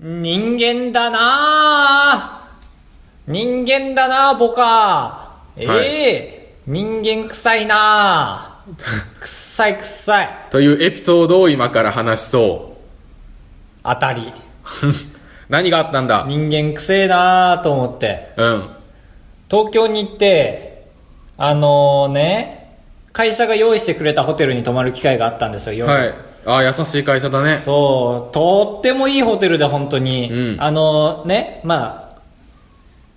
人間だなぁ人間だなぁ、ボカええ人間臭い なぁ臭い臭い。というエピソードを今から話しそ当たり。う。何があったんだ人間臭えなぁと思って。うん。東京に行って、あのね、会社が用意してくれたホテルに泊まる機会があったんですよ、夜はい。ああ、優しい会社だね。そう、とってもいいホテルで本当に、うんあのね、まあ、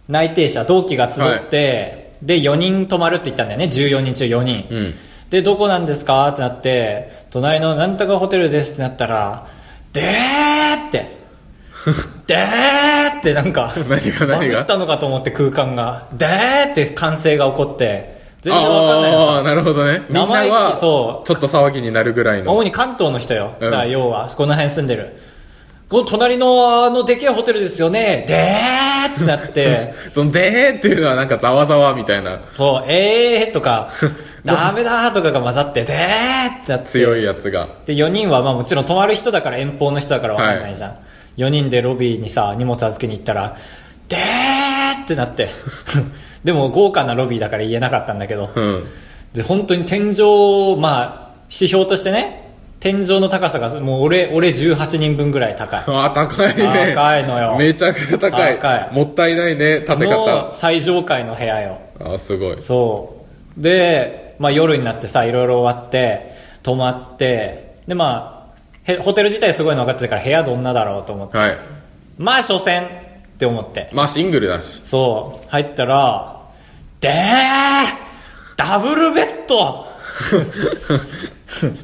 内定者、同期が集って、で、4人泊まるって言ったんだよね、14人中4人。うん。で、どこなんですかってなって、隣のなんとかホテルですってなったら、でーって、 でーってなんか、何が何がバグったのかと思って空間が、でーって歓声が起こって、全然わかんないのさああ、なるほどね。みんな生意気は、ちょそっうと騒ぎになるぐらいの。主に関東の人よ。うんだから要は、この辺住んでる。この隣のあのでけえホテルですよね。でーってな って、その、でーっていうのはなんかざわざわみたいなそう、えーと か、ダメだーとかが混ざって、でーってなって。強いやつが。で、4人はまあもちろん泊まる人だから遠方の人だからわかんないじゃん。4人でロビーにさ、荷物預けに行ったら、でーってな って。でも豪華なロビーだから言えなかったんだけど。うん。で本当に天井まあ指標としてね天井の高さがもう俺俺18人分ぐらい高いああ、高いね。高いのよめちゃくちゃ高い。高いもったいないね、建ての方。最上階の部屋よああ、すごい。そうで、まあ、夜になってさいろいろ終わって泊まってでまあへホテル自体すごいの分かってたから部屋どんなだろうと思ってはい。まあ所詮って思ってまあ、シングルだし。そう入ったらでーダブルベッド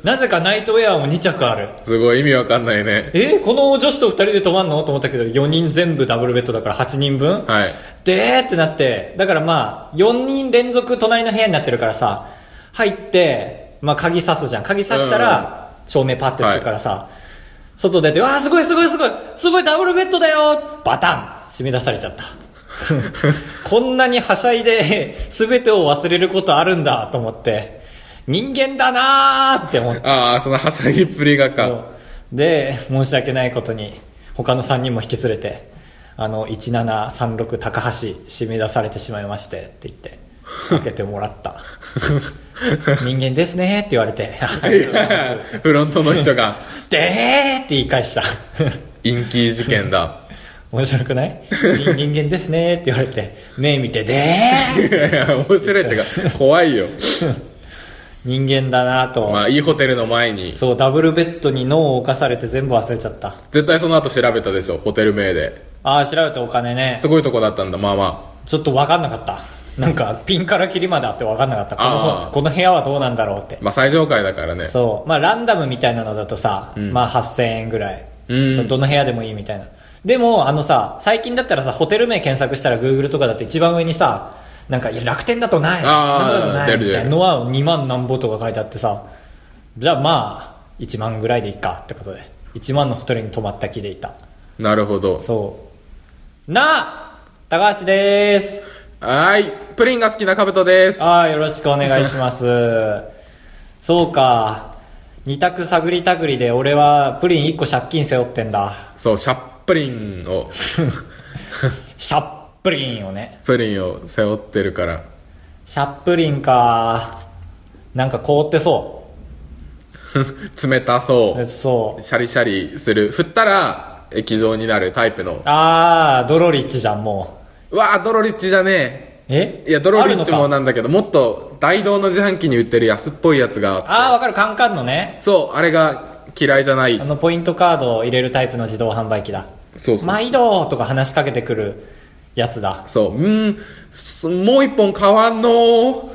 なぜかナイトウェアも2着あるすごい意味わかんないね。えこの女子と2人で泊まんのと思ったけど4人全部ダブルベッドだから8人分、はい。でーってなってだからまあ4人連続隣の部屋になってるからさ入って、まあ、鍵さすじゃん鍵さしたら照明パッてするからさ、外出て「わあすごいすごいすごいすごいダブルベッドだよ!」バタン締め出されちゃ ったこんなにはしゃいで全てを忘れることあるんだと思って人間だなーって思ってああ、そのはしゃぎっぷりがそか。うで申し訳ないことに他の3人も引き連れてあの1736高橋締め出されてしまいましてって言って開けてもらった 人間ですねって言われてありがとうございますフロントの人が、でーって言い返した 陰気事件だ。面白くない人人間ですねって言われて目見てでーいやいや、面白いってか、怖いよ。人間だなと、まあ、いいホテルの前に。そうダブルベッドに脳を犯されて全部忘れちゃった絶対その後調べたでしょ、ホテル名で。ああ調べてお金ねすごいとこだったんだ、まあまちょっと分かんなかった。なんか、ピンからキリまであって分かんなかった。こあーのこの部屋はどうなんだろうってあ。。まあ、最上階だからね。そう。まあ、ランダムみたいなのだとさ、まあ、8000円ぐらい。うんそうどの部屋でもいいみたいな。でも、あのさ、最近だったらさ、ホテル名検索したら Google とかだって一番上にさ、なんか、いや楽天だとない。あなんーとかだとな出い。るみ出るたいなのは2万なんぼとか書いてあってさ、じゃあまあ、1万ぐらいでいいかってことで。1万のホテルに泊まった気でいた。なるほど。そう。なあ高橋でーす。はーい。プリンが好きなカブトです。ああ、よろしくお願いします。 そうか。二択探り探りで俺はプリン一個借金背負ってんだ。そう、シャップリンを、シャップリンをね。プリンを背負ってるから。シャップリンか。なんか凍ってそ。冷たそうう。そう。シャリシャリする。振ったら、液状になるタイプの。ああ、ドロリッチじゃん、もうわー、ドロリッチだね。う。えいや、ドロリッチもあるのかなんだけど、もっと、大道の自販機に売ってる安っぽいやつがあってあー、わかる、カンカンのね。そう、あれが嫌いじゃないあ。の、ポイントカードを入れるタイプの自動販売機だ。そうそう。毎度とか話しかけてくるやつだ。そう。うーんそ、もう一本買わんの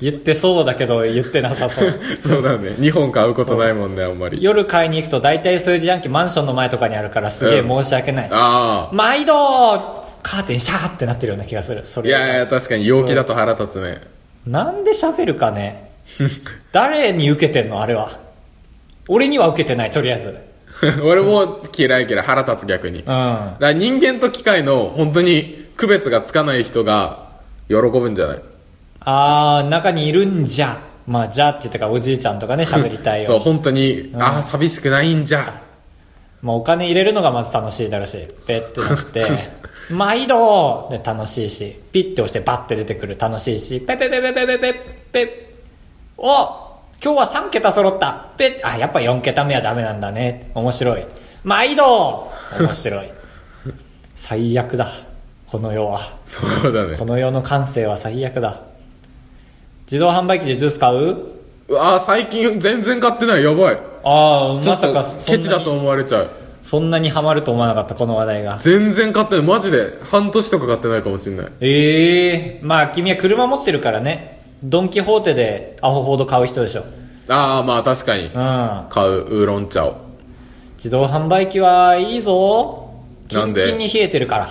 言ってそうだけど、言ってなさそう。 そうだね。二本買うことないもんね、あんまり。夜買いに行くと大体数字暗記マンションの前とかにあるからすげえ申し訳ない、あ毎度カーテンシャーってなってるような気がするそあ。れいやいや、確かに陽気だと腹立つね。 なんで喋るかね誰に受けてんのあれは俺には受けてないとりあえずうん俺も嫌い嫌い腹立つ逆に。だかあら人間と機械の本当に区別がつかない人が喜ぶんじゃないあー中にいるんじゃまあじゃあって言ったからおじいちゃんとかね喋りたいそう、よ本当に、ああ、寂しくないんじゃ。まあ、お金入れるのがまず楽しいだろうし、ペッてな って、毎度で楽しいし、ピッて押してバッて出てくる楽しいし、ペペペペペペペペペお今日は3桁揃ったペッあ、やっぱ4桁目はダメなんだね。面白い。毎度面白い。最悪だ。この世は。そうだねこの世の感性は最悪だ。自動販売機でジュース買ううわあ最近全然買ってないやばいああ、まちょっさとかそんなケにチだと思われちゃうそんなにハマると思わなかった、この話題が。全然買ってないマジで半年とか買ってないかもしれないええまあ君は車持ってるからね。ドンキホーテでアホほど買う人でしょ。ああまあ確かにうん。買うウーロン茶を自動販売機はいいぞ。キなんンでキンに冷えてるから。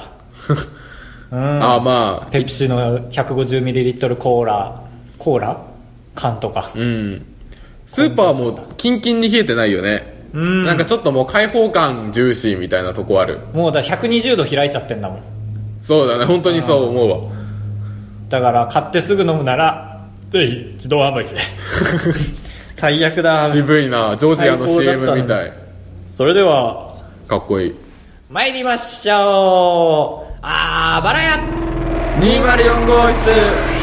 うん。ああまあペプシの 150ml コーラ、コーラ缶とか。うんスーパーもキンキンに冷えてないよねうんなんかちょっともう開放感重視みたいなとこあるもうだ120度開いちゃってんだもん。そうだね本当にそう思うわだから買ってすぐ飲むなら、ぜひ自動販売 機で。最悪だ。渋いなジョージア最高だったの CM のにみたいそれでは、かっこいい参りましょうあーばらや204号室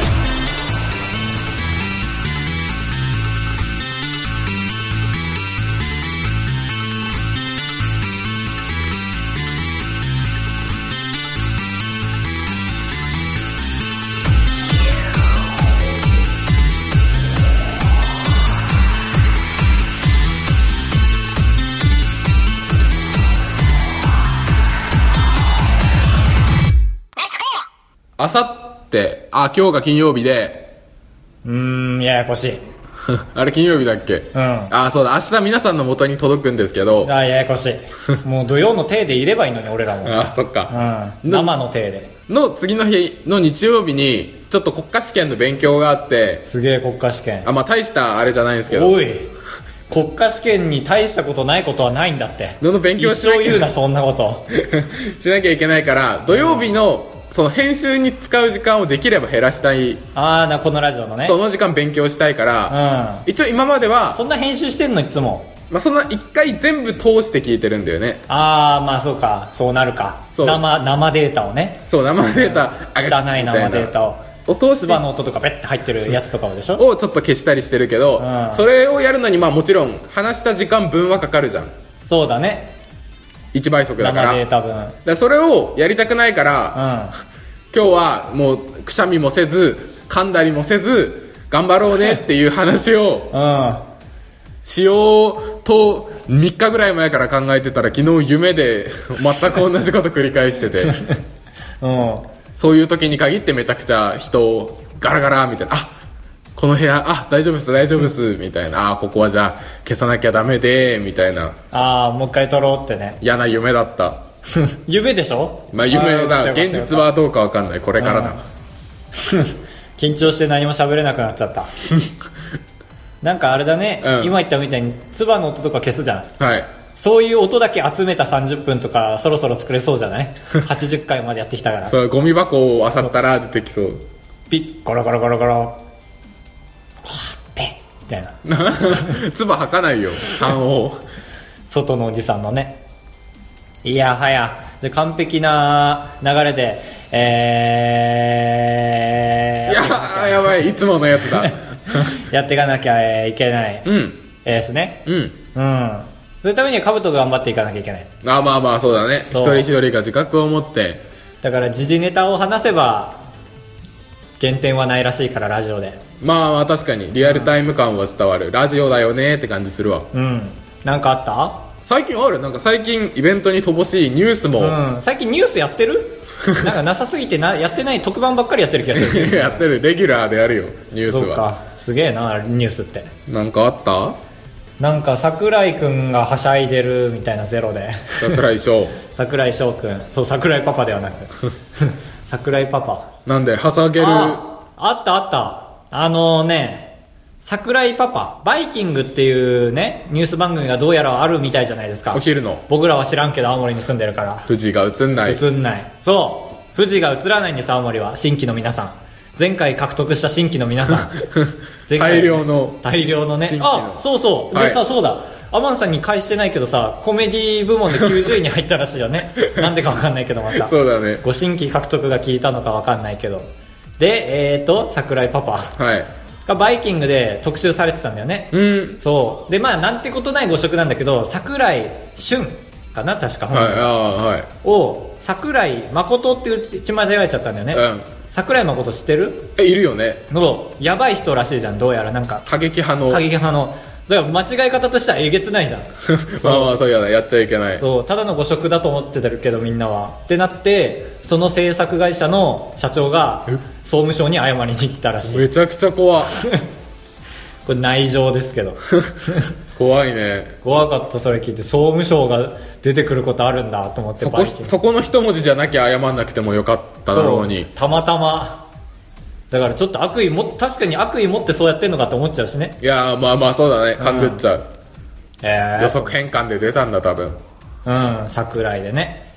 あさってあ今日が金曜日でうーん、ややこしい。 あれ金曜日だっけうん。ああそうだ明日皆さんの元に届くんですけどーややこしい。 もう土曜の体でいればいいのに、俺らも。うあそっかん。生の体で。の次の日の日曜日にちょっと国家試験の勉強があってすげえ国家試験。あまあ大したあれじゃないんですけどおい、国家試験に大したことないことはないんだって。どの勉強一しなきゃ生言うな、そんなこと。 しなきゃいけないから土曜日のその編集に使う時間をできれば減らしたいあーな、このラジオのね。その時間勉強したいかうらん。一応今までは、そんな編集してんの、いつも。まあ、そんな一回全部通して聞いてるんだよねあー、まあそうか。そうなるか。そう生、生データをね。そう生データ汚上がっいみた生データを。を通し唾ての音とかペッて入ってるやつとかをでしょをちょっと消したりしてるけど、うんそれをやるのにまあもちろん話した時間分はかかるじゃんそうだね。 1倍速だから生デだーかタ分。らそれをやりたくないから、う今日はもうくしゃみもせず噛んだりもせず頑張ろうねっていう話をん。うん。しようと3日ぐらい前から考えてたら昨日夢で全く同じこと繰り返しててうん。そういう時に限ってめちゃくちゃ人をガラガラみたいなあこの部屋あ大丈夫っす大丈夫っすみたいなあここはじゃあ消さなきゃダメでみたいなああ、もう一回撮ろうってね。嫌な夢だった夢でしょまあ夢だ現ーよか実。ったよかっはどうかわかんないこれからだた緊張して何も喋れなくなっちゃ った。なんかあれだね、うん今言ったみたいに、唾の音とか消すじゃん。はいそういう音だけ集めた30分とか、そろそろ作れそうじゃない ?80 回までやってきたから。そうゴミ箱を漁ったら出てきそう ピッ、ゴロゴロゴロゴロ。はぁ、ペッ、みたいな。唾吐かないよ痰を外のおじさんのねいやはやで完璧な流れでえいやーやばいいつものや つだー、 やっていかなきゃえーいけない、うんえーですねうんうんそういうためには兜が頑張っていかなきゃいけないあまあまあそうだね一そう人一人が自覚を持ってだから時事ネタを話せば減点はないらしいからラジオでまあまあ確かにリアルタイム感は伝わるラジオだよねって感じするわうんなんかあっ最近あるなんか最近イベントに乏しいニュースも、たうん最近ニュースやってるなんかなさすぎてな やってない特番ばっかりやってる気がする やってるレギュラーであるよニュースそうはかすげえなニュースってなんかあったなんか桜井くんがはしゃいでるみたいなゼロで桜井 翔桜井翔くんそう桜井パパではな く桜井パパなんではさげるああったあったあのね桜井パパバイキングっていうねニュース番組がどうやらあるみたいじゃないですかお昼の僕らは知らんけど青森に住んでるから富士が映ん ない映んないそう富士が映らないんです青森は新規の皆さん前回獲得した 新規の皆さん前回大量の大量のね新規のあそうそうはでいさ、そうだアマンさんに返してないけどさコメディ部門で90位に入ったらしいよ ねなんでか分かんないけどまたそうだねご新規獲得が効いたのか分かんないけどでえっ、ー、と桜井パパはいがバイキングで特集されてたんだよねうんそうでまあなんてことない誤色なんだけど桜井俊かな確か、はいああはいを桜井誠って打ち間違えちゃったんだよね、うん桜井誠知ってるえいるよねのやばい人らしいじゃんどうやらなんか過激派の過激派のだから間違い方としてはえげつ ないじゃんまあまあそうやなやっちゃいけないそうただの誤植だと思ってるけどみんなはってなってその制作会社の社長が総務省に謝りに行ったらしいめちゃくち ゃ怖これ内情ですけど 怖いね怖かったそれ聞いて総務省が出てくることあるんだと思ってそバこイキングそこの一文字じゃなきゃ謝んなくてもよかっただろうにそうたまたまだからちょっと悪意も確かに悪意持ってそうやってんのかって思っちゃうしねいやーまあまあそうだね勘ぐっちゃう、え予測変換で出たんだ多分ー、うん桜井でね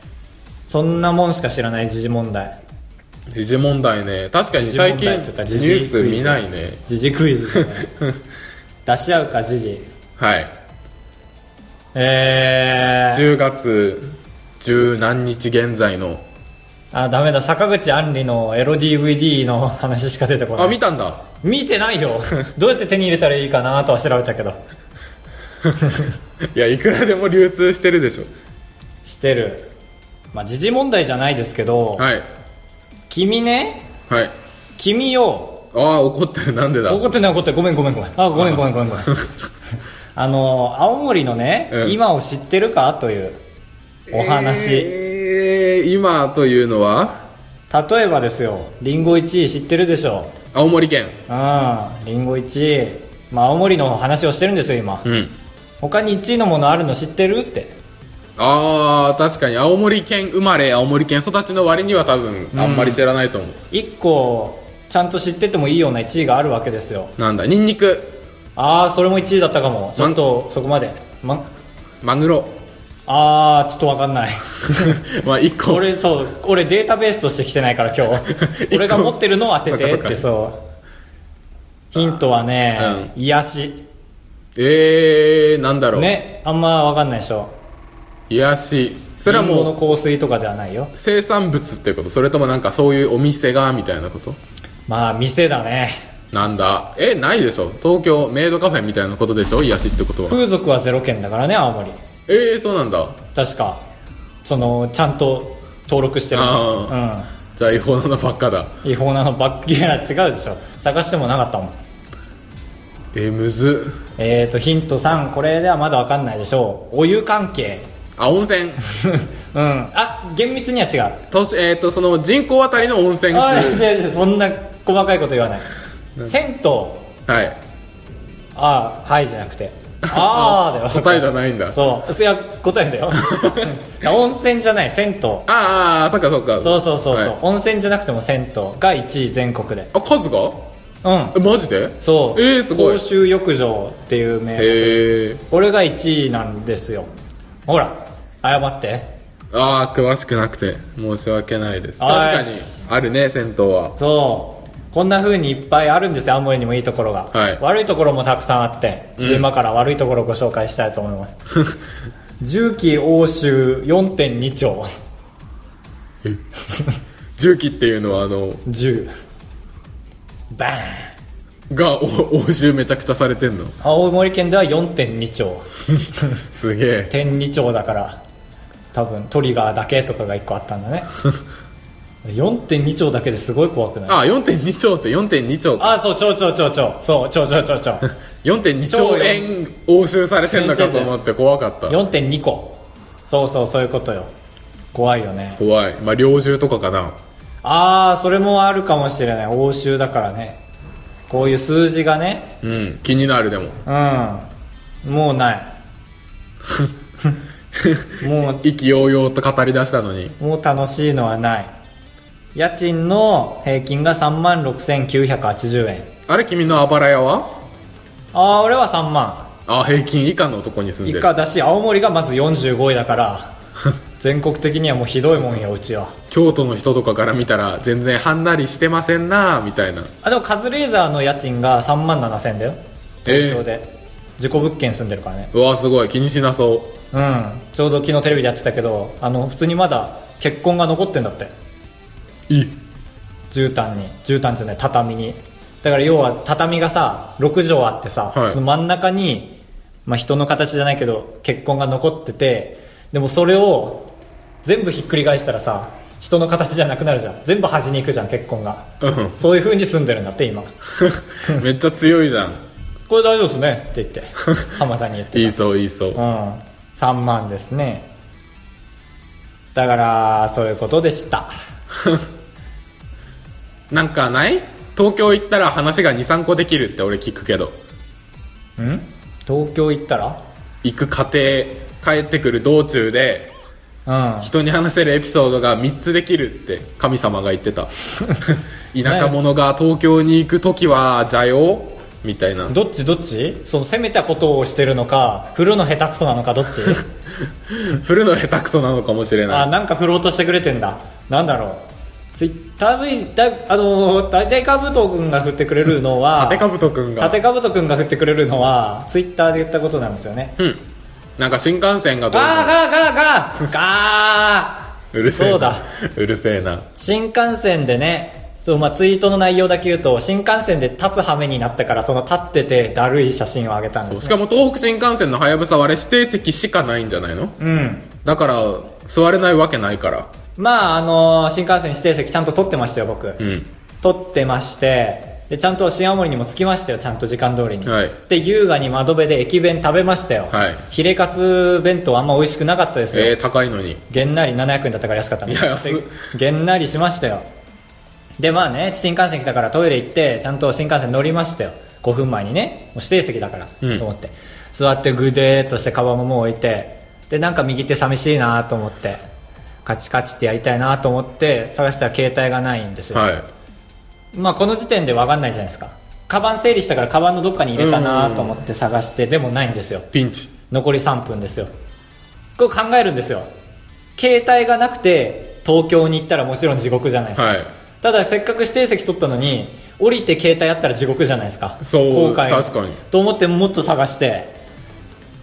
そんなもんしか知らない時事問題時事問題ね確かに最時事問近ニ題とュか時事クイズース見ないね時事クイズ だね、出し合うか時事はいえー、 10月十何日現在のあダメだ坂口杏里のエロ DVD の話しか出てこあない見たんだ見てない よどうやって手に入れたらいいかなとは調べたけどいやいくらでも流通してるでしょしてるまあ時事問題じゃないですけど、はい君ねはい君よああ怒ってるなんでだ怒ってない怒ってないごめんごめんごめんあごめんごめんごめん ごめんあの青森のね、うん今を知ってるかというお話、えー、今というのは例えばですよりんご1位知ってるでしょ青森県うんりんご1位、まあ、青森の話をしてるんですよ今、うん他に1位のものあるの知ってるってああ確かに青森県生まれ青森県育ちの割には多分あんまり知らないと思う、 1個ちゃんと知っててもいいような1位があるわけですよなんだニンニクああそれも1位だったかもちょっとそこまで、ま、マグ ロああちょっと分かんないまあ一個俺そう俺データベースとして来てないから今 日俺が持ってるのを当ててそっっかそっかてそうヒントはね、癒しえー、なんだろう、ねあんま分かんないでしょ癒しそそれれははもものう香水とかではないよ生産物ってことそれともなんかそういうお店がみたいなことまあ店だねなんだえないでしょ東京メイドカフェみたいなことでしょ癒しってことは風俗はゼロ件だからね青森えー、そうなんだ確かそのちゃんと登録してるあじゃあ違法なのばっかだうん、違法なのばっきら違うでしょ探してもなかったもんえー、むずっえーとヒント3これではまだ分かんないでしょうお湯関係あ温泉うんあ厳密には違う都市えっ、ー、とその人口あたりの温泉数あいはやいやそんな細かいこと言わない銭湯いああはいじゃなくて ああだよ答えじゃないんだあそういや答えだよ いや温泉じゃない銭湯そああそっかそっかうそうそうそう、はい温泉じゃなくても銭湯が1位全国であ数がうんえマジでそう、えー、すご公い衆浴場っていう名目ですへえ俺が1位なんですよほら謝ってああ詳しくなくて申し訳ないです確はいかにあるね銭湯はそうこんな風にいっぱいあるんですよ青森にもいいところが、はい悪いところもたくさんあって、ん今から悪いところをご紹介したいと思い ます重機欧州4.2兆重機っていうのはあの10バーンがお応酬めちゃくちゃされてんの青森県では4.2兆すげえ点2兆だから多分トリガーだけとかが1個あったんだ ね4.2兆だけですごい怖くないあああ4.2兆って4.2兆あそう超超超超そう超超超超4.2兆円応酬されてんのかと思って怖かった4.2個そうそうそういうことよ怖いよね怖いまあ猟銃とかかなああそれもあるかもしれない欧州だからねこういう数字がねうん気になるでもうんもうないも意気揚々と語り出したのにうもう楽しいのはない家賃の平均が3万6980円あれ君のあばら屋はああ俺は3万あ平均以下のとこに住ん以でる下だし青森がまず45位だから全国的にはもうひどいもんようちは京都の人とかから見たら全然はんなりしてませんなみたいなあでもカズレーザーの家賃が3万7000だよ東京で、事故物件住んでるからねうわすごい気にしなそうんちょうど昨日テレビでやってたけどあの普通にまだ血痕が残ってんだってういい絨毯に絨毯じゃない畳にだから要は畳がさ6畳あってさ、はいその真ん中に、まあ、人の形じゃないけど血痕が残っててでもそれを全部ひっくり返したらさ人の形じゃなくなるじゃん全部端に行くじゃん血痕がうんそういう風に住んでるんだって今めっちゃ強いじゃんこれ大丈夫ですねって言って浜田に言ってたいいそういいそううん3万ですねだからそういうことでしたなんかない東京行ったら話が23個できるって俺聞くけどん東京行ったら行く過程帰ってくる道中でうん人に話せるエピソードが3つできるって神様が 言ってた田舎者が東京に行く時はじゃよみたいなどっちどっちその攻めたことをしてるのか振るの下手くそなのかどっ ち振るの下手くそなのかもしれあないなんか振ろうとしてくれてんだなんだろうツイッターだあのー縦かぶとくんが振ってくれるのは立かぶとくんが縦かぶとくんが振ってくれるのはツイッターで言ったことなんですよねうんなんか新幹線がどうガーのガーガーガーガー うるせえなそうだうるせえな新幹線でねそう、まあ、ツイートの内容だけ言うと新幹線で立つ羽目になったからその立っててだるい写真をあげたんですねしかも東北新幹線のはやぶさはあれ指定席しかないんじゃないのうんだから座れないわけないからまああの新幹線指定席ちゃんと取ってましたよ僕、うん取ってましてでちゃんと新青森にも着きましたよちゃんと時間通りに、はいで優雅に窓辺で駅弁食べましたよ、はいヒレカツ弁当あんま美味しくなかったですよ、えー、高いのにげんなり700円だったから安かったのいや安っでげんなりしましたよでまあね新幹線来たからトイレ行ってちゃんと新幹線乗りましたよ5分前にねもう指定席だから、うんと思って座ってぐでーっとしてカバンももう置いてでなんか右手寂しいなと思ってカチカチってやりたいなと思って探したら携帯がないんですよ、はいまあこの時点で分かんないじゃないですかカバン整理したからカバンのどっかに入れたなと思って探してでもないんですよピンチ残り3分ですよこれ考えるんですよ携帯がなくて東京に行ったらもちろん地獄じゃないですか、はいただせっかく指定席取ったのに降りて携帯あったら地獄じゃないですかそう後悔確かにと思ってもっと探して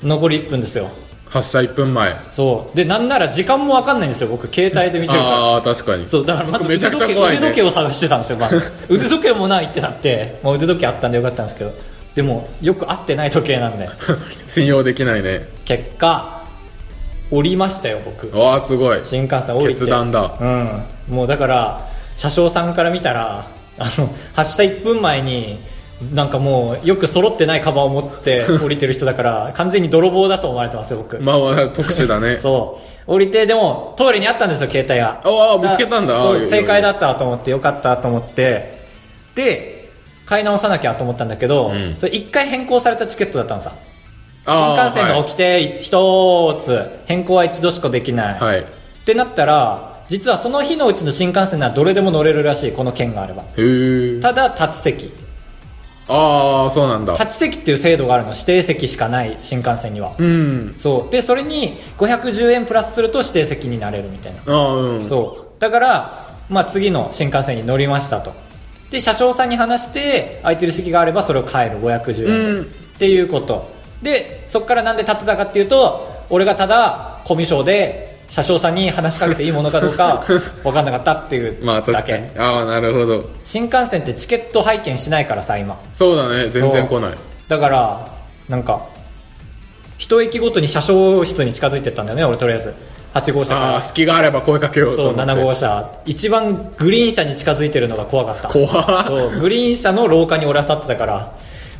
残り1分ですよ発射1分前そうでなんなら時間も分かんないんですよ僕携帯で見てるから ああー確かにそうだからまず僕め腕ちゃくち時ゃ計,、怖い腕時計ねを探してたんです よ、まず腕時計もないってなって、まあ、腕時計あったんでよかったんですけどでもよく合ってない時計なんで 信用できないね結果降りましたよ僕わあすごい新幹線降りて決断だうんもうだから車掌さんから見たらあの発車1分前になんかもうよく揃ってないカバンを持って降りてる人だから 完全に泥棒だと思われてますよ僕まあ特殊だねそう降りてでもトイレにあったんですよ携帯がああ見つけたんだああそいうい正解だったと思ってよかったと思ってで買い直さなきゃと思ったんだけど、うんそれ1回変更されたチケットだったのさあ新ー幹線が起きて1つ、変更は一度しかできない、はい、はい、ってなったら実はその日のうちの新幹線ならどれでも乗れるらしいこの券があればへえただ立ち席ああそうなんだ立ち席っていう制度があるの指定席しかない新幹線には、うんそうでそれに510円プラスすると指定席になれるみたいなああうんそうだから、まあ、次の新幹線に乗りましたとで車掌さんに話して空いてる席があればそれを買える510円で、うんっていうことでそこからなんで立ってたかっていうと俺がただコミュ障で車掌さんに話しかけていいものかどう か分かんなかったっていうまあだ確け、かにああなるほど新幹線ってチケット拝見しないからさ今そうだね全然来ないだからなんか一駅ごとに車掌室に近づいてったんだよね俺とりあえず8号車からああ隙があれば声かけようとそ思うって7号車一番グリーン車に近づいてるのが怖かった怖っそうグリーン車の廊下に俺は立ってたから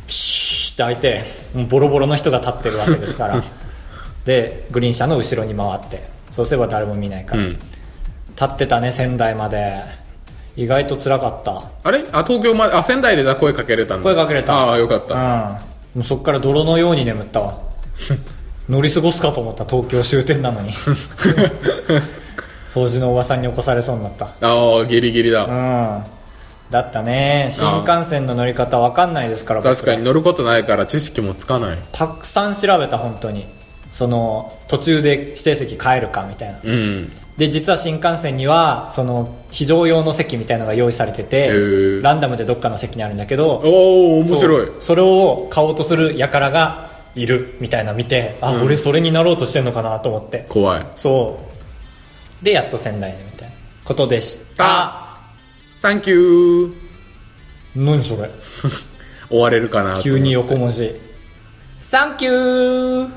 ピシューって開いてもうボロボロの人が立ってるわけですから でグリーン車の後ろに回ってそうすれば誰も見ないから、うん立ってたね仙台まで意外と辛かったあれあ東京まであ仙台でだ声かけれたんだ声かけれたああよかったうんもうそっから泥のように眠った わ乗り過ごすかと思った東京終点なの に掃除のおばさんに起こされそうになったああギリギリだうんだったね新幹線の乗り方わかんないですから僕確かに乗ることないから知識もつかないたくさん調べた本当にその途中で指定席変えるかみたいなうんで実は新幹線にはその非常用の席みたいのが用意されてへてーランダムでどっかの席にあるんだけどおお面白いそうそれを買おうとする輩がいるみたいな見てあ、うん俺それになろうとしてんのかなと思って怖いそうでやっと仙台でみたいなことでしたあサンキュー何それ終われるかなと思って急に横文字サンキュー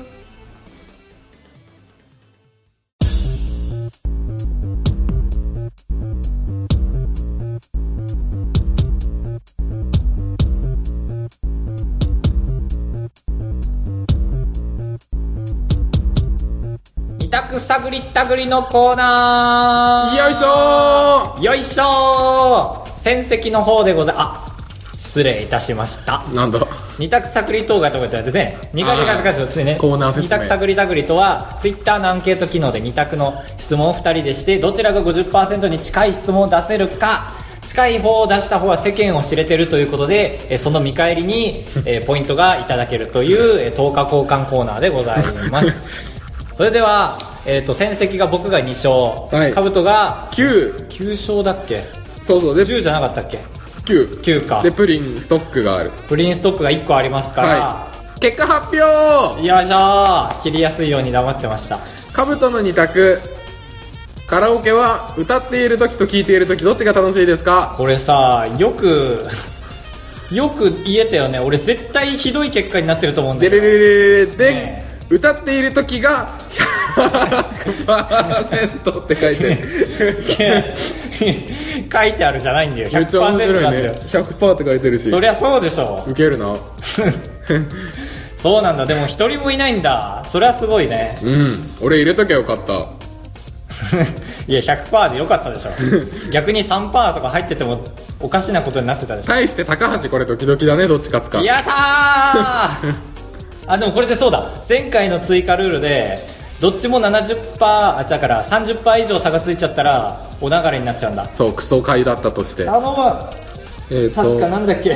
二択探り探りのコーナーよいしょーよいしょー戦績の方でござあ失礼いたしましたなんだ二択探り当該とかってやつね二択ガツガツですねコーナー説明二択探り探りとはツイッターのアンケート機能で二択の質問を二人でしてどちらが50%に近い質問を出せるか近い方を出した方は世間を知れてるということでえーその見返りにえーポイントがいただけるというえー10日交換コーナーでございます それでは、えー、と戦績が僕が2勝、はいカブトが9 9勝だっけそうそうで10じゃなかったっけ9 9かでプリンストックがあるプリンストックが1個ありますから、はい結果発表よいしょー切りやすいように黙ってましたカブトの二択カラオケは歌っている時と聞いている時どっちが楽しいですかこれさよく よく言えたよね俺絶対ひどい結果になってると思うんだでよれれれれれれで、ね歌っている時が100%って書いていや 書いてあるじゃないんだよめっちゃ100%面な白んいだねよ、 100%って書いてるしそりゃそうでしょウケるなそうなんだでも一人もいないんだそりゃすごいね うん俺入れときゃよかったいや100%でよかったでしょ逆に3%とか入っててもおかしなことになってたでしょ対して高橋これドキドキだねどっち勝つかやったー あでもこれでそうだ前回の追加ルールでどっちも70%あだから30%以上差がついちゃったらお流れになっちゃうんだそうクソ会だったとしてあのえっ、確かとなんだっけ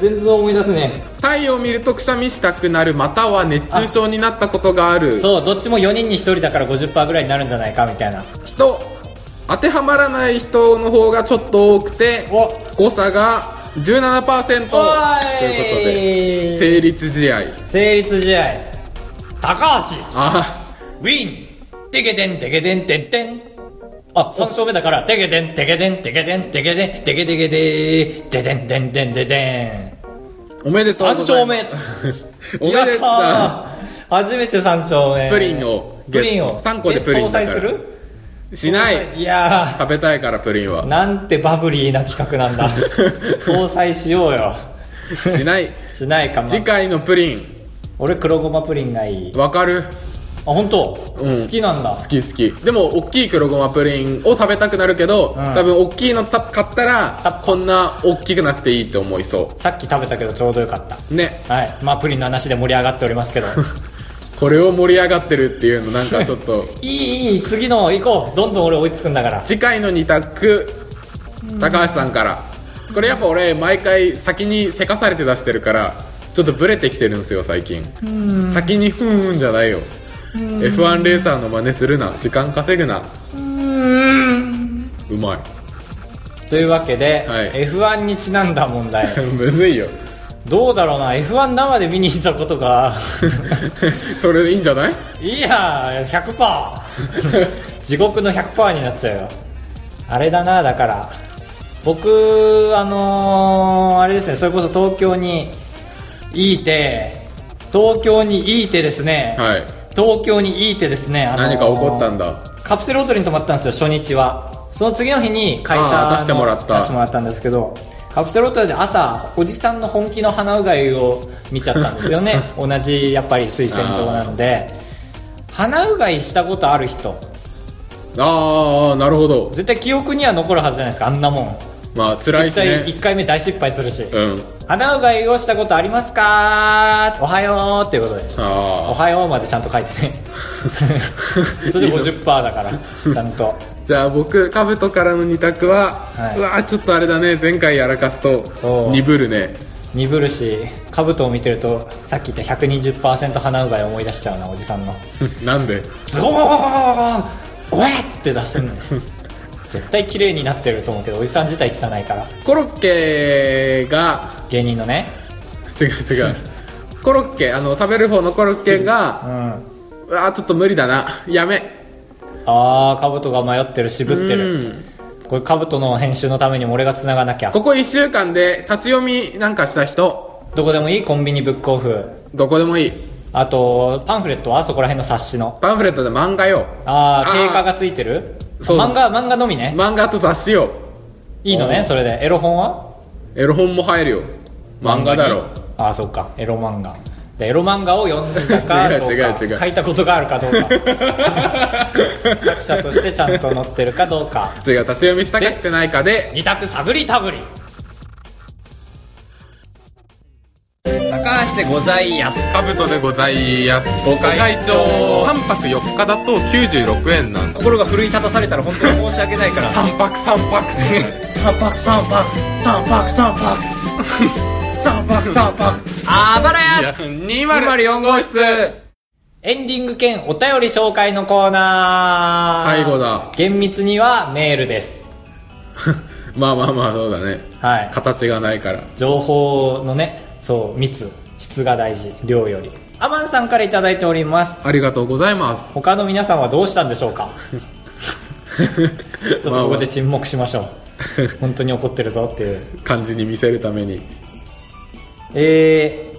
全然思い出すね太陽を見るとくしゃみしたくなるまたは熱中症になったことがあるそうどっちも4人に1人だから50%ぐらいになるんじゃないかみたいな人当てはまらない人の方がちょっと多くてお誤差が17%ということーいで成立試合成立試合高橋あウィンテゲデンテゲデンテッテンあ、3勝目だから、テゲデンテゲデンテゲデンテゲデンテゲデゲデーテデンデンデンデデおめでンとう3ござ勝いま目す おやめったでとうー初めて3勝目プリンをプリンを三個でプリンえだ総から裁するしないいや食べたいからプリンーはなんてバブリーな企画 なんだ総裁しようよしないしないかも次回のプリン俺黒ごまプリンがいいあわかる本当、うん好きなんだ好き好きでも大きい黒ごまプリンを食べたくなるけど、多分大きいのた買ったらこんな大きくなくていいって思いそさっき食べたけどちょうどよかったうねはいまあプリンの話で盛り上がっておりますけ どこれを盛り上がってるっていうのなんかちょっといいいい次の行こうどんどん俺追いつくんだから次回の2択高橋さんからこれやっぱ俺毎回先にせかされて出してるからちょっとブレてきてるんですよ最近先にふーんじゃないよ F1 レーサーの真似するな時間稼ぐなうまいというわけで、はい F1 にちなんだ問 題むずいよどうだろうな F1 生で見に行ったことが それでいいんじゃないいや100パー 地獄の100パーになっちゃうよあれだなだから僕あのーあれですねそれこそ東京にいいて東京にいいてですね、はい東京にいいてですね、あのー何か起こったんだカプセルホテルに泊まったんですよ初日はその次の日に会社あのー出してもらった出してもらったんですけどカプセルホテルで朝おじさんの本気の鼻うがいを見ちゃったんですよ ね同じやっぱり推薦状なので鼻うがいしたことある人ああなるほど絶対記憶には残るはずじゃないですかあんなもんまあ辛絶いし対ね1回目大失敗するし、うん鼻うがいをしたことありますかおはようっていうことでおああはようまでちゃんと書いてね それで50%だからちゃんとじゃあ僕カブトからの2択は、はいうわーちょっとあれだね前回やらかすとそう鈍る ね鈍るし兜を見てるとさっき言った120%鼻うがい思い出しちゃうなおじさんのなんでズゴゴゴゴゴゴゴゴえって出してんのよ 絶対綺麗になってると思うけどおじさん自体汚いからコロッケが芸人のね 違う違うコロッケあの食べる方のコロッケうがん。うわーちょっと無理だなやめあー、カブトが迷ってる、渋ってうる。んこれ、カブトの編集のためにも俺が繋がなきゃ。ここ1週間で立ち読みなんかした人どこでもいいコンビニブックオフ。どこでもいいあと、パンフレットはそこら辺の冊子の。パンフレットで漫画よあー、ー経過がついてるそう漫画、漫画のみね。漫画と雑誌よいいのおね、ーそれで。エロ本はエロ本も入るよ漫画だろ。あー、そっか。エロ漫画。でエロ漫画を読んだか 違うどうか違う違う書いたことがあるかどう か作者としてちゃんと載ってるかどうか次は立ち読みしたかしてないかで二択探りたぶり高橋でございやすカブトでございますご会長3泊4日だと96円なんだ心が奮い立たされたら本当に申し訳ないから三泊3泊 って泊三泊三泊三 泊三泊三泊あばらや204号室エンディング兼お便り紹介のコーナー最後だ 厳密にはメールですまあまあまあそうだねはい形がないから情報のねそう密質が大事量よりアマンさんから頂いいておりますありがとうございます他の皆さんはどうしたんでしょうか ちょっとここで ま沈黙しましょう。本当に怒ってるぞっていう。あまあ感じに見せるた めに え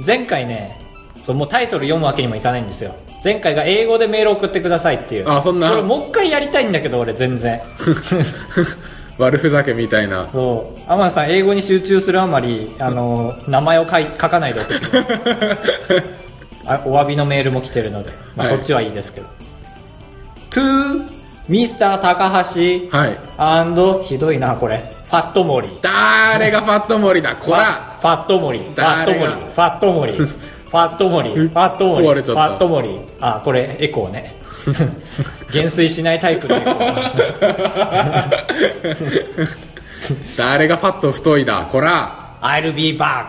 ー、前回ね、そう、もうタイトル読むわけにもいかないんですよ。前回が英語でメール送ってくださいっていう。あそんなこれもう一回やりたいんだけど、俺全然。悪ふざけみたいなそう。アマンさん、英語に集中するあまり、あの、名前を書い書かないで送ってきますあお詫びのメールも来てるので、まあ、はいそっちはいいですけど。to Mr. 高橋はい&ひどいな、これ。ファットモリー。誰がファット森だこらファットモリファットモリ誰フがァットモリファットモリファットモリ壊フれちゃァったットモリあこれエコー ね減衰しないタイプのエコー誰がファット太いだこら I'll be back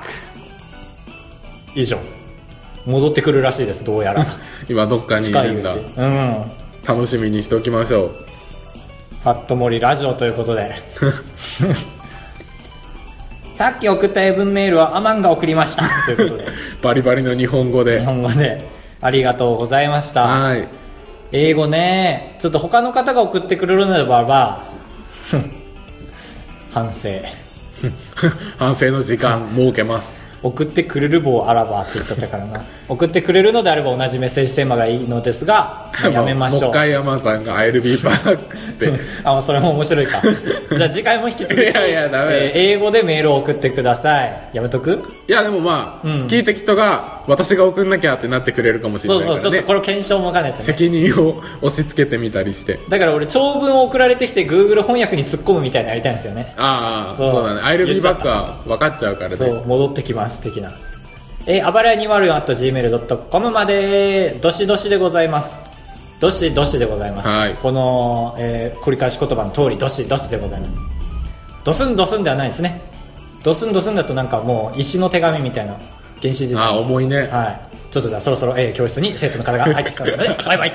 以上戻ってくるらしいですどうや ら今どっかにい近るいんうちだうん楽しみにしておきましょうファットモリラジオということ でさっき送った英文メールはアマンが送りま したということでバリバリの日本語日で本語でありがとうございましたはい 英語ねちょっと他の方が送ってくれるのであれば ふん反省反省の時 間設けます送ってくれる棒あらばって言っちゃったから な送ってくれるのであれば同じメッセージテーマがいいのですがやめまし もょうう一回山さんが「I'll be back」って あもうそれも面白い かじゃあ次回も引き続きいやいやダメだえー英語でメールを送ってくださいやめとくいやでもまあ、うん聞いた人が私が送んなきゃってなってくれるかもしれそうないそから、うちね、ょっとこれ検証も兼ねてね責任を押し付けてみたりしてだから俺長文を送られてきて Google 翻訳に突っ込むみたいなのやりたいんですよねああそそううだね「I'll 言 be っちゃっ back」たは分かっちゃうからねそう、戻ってきます、的な。えー、あばらや204 at gmail.com まで、どしどしでございます。どしどしでございます。はいこの、えー繰り返し言葉の通り、どしどしでございます。ドスンドスンではないですね。ドスンドスンだとなんかもう、石の手紙みたいな、原始時代。ああ重いね、 はい。ちょっとじゃあそろそろ、えー教室に生徒の方が入ってきたので、バイバイ。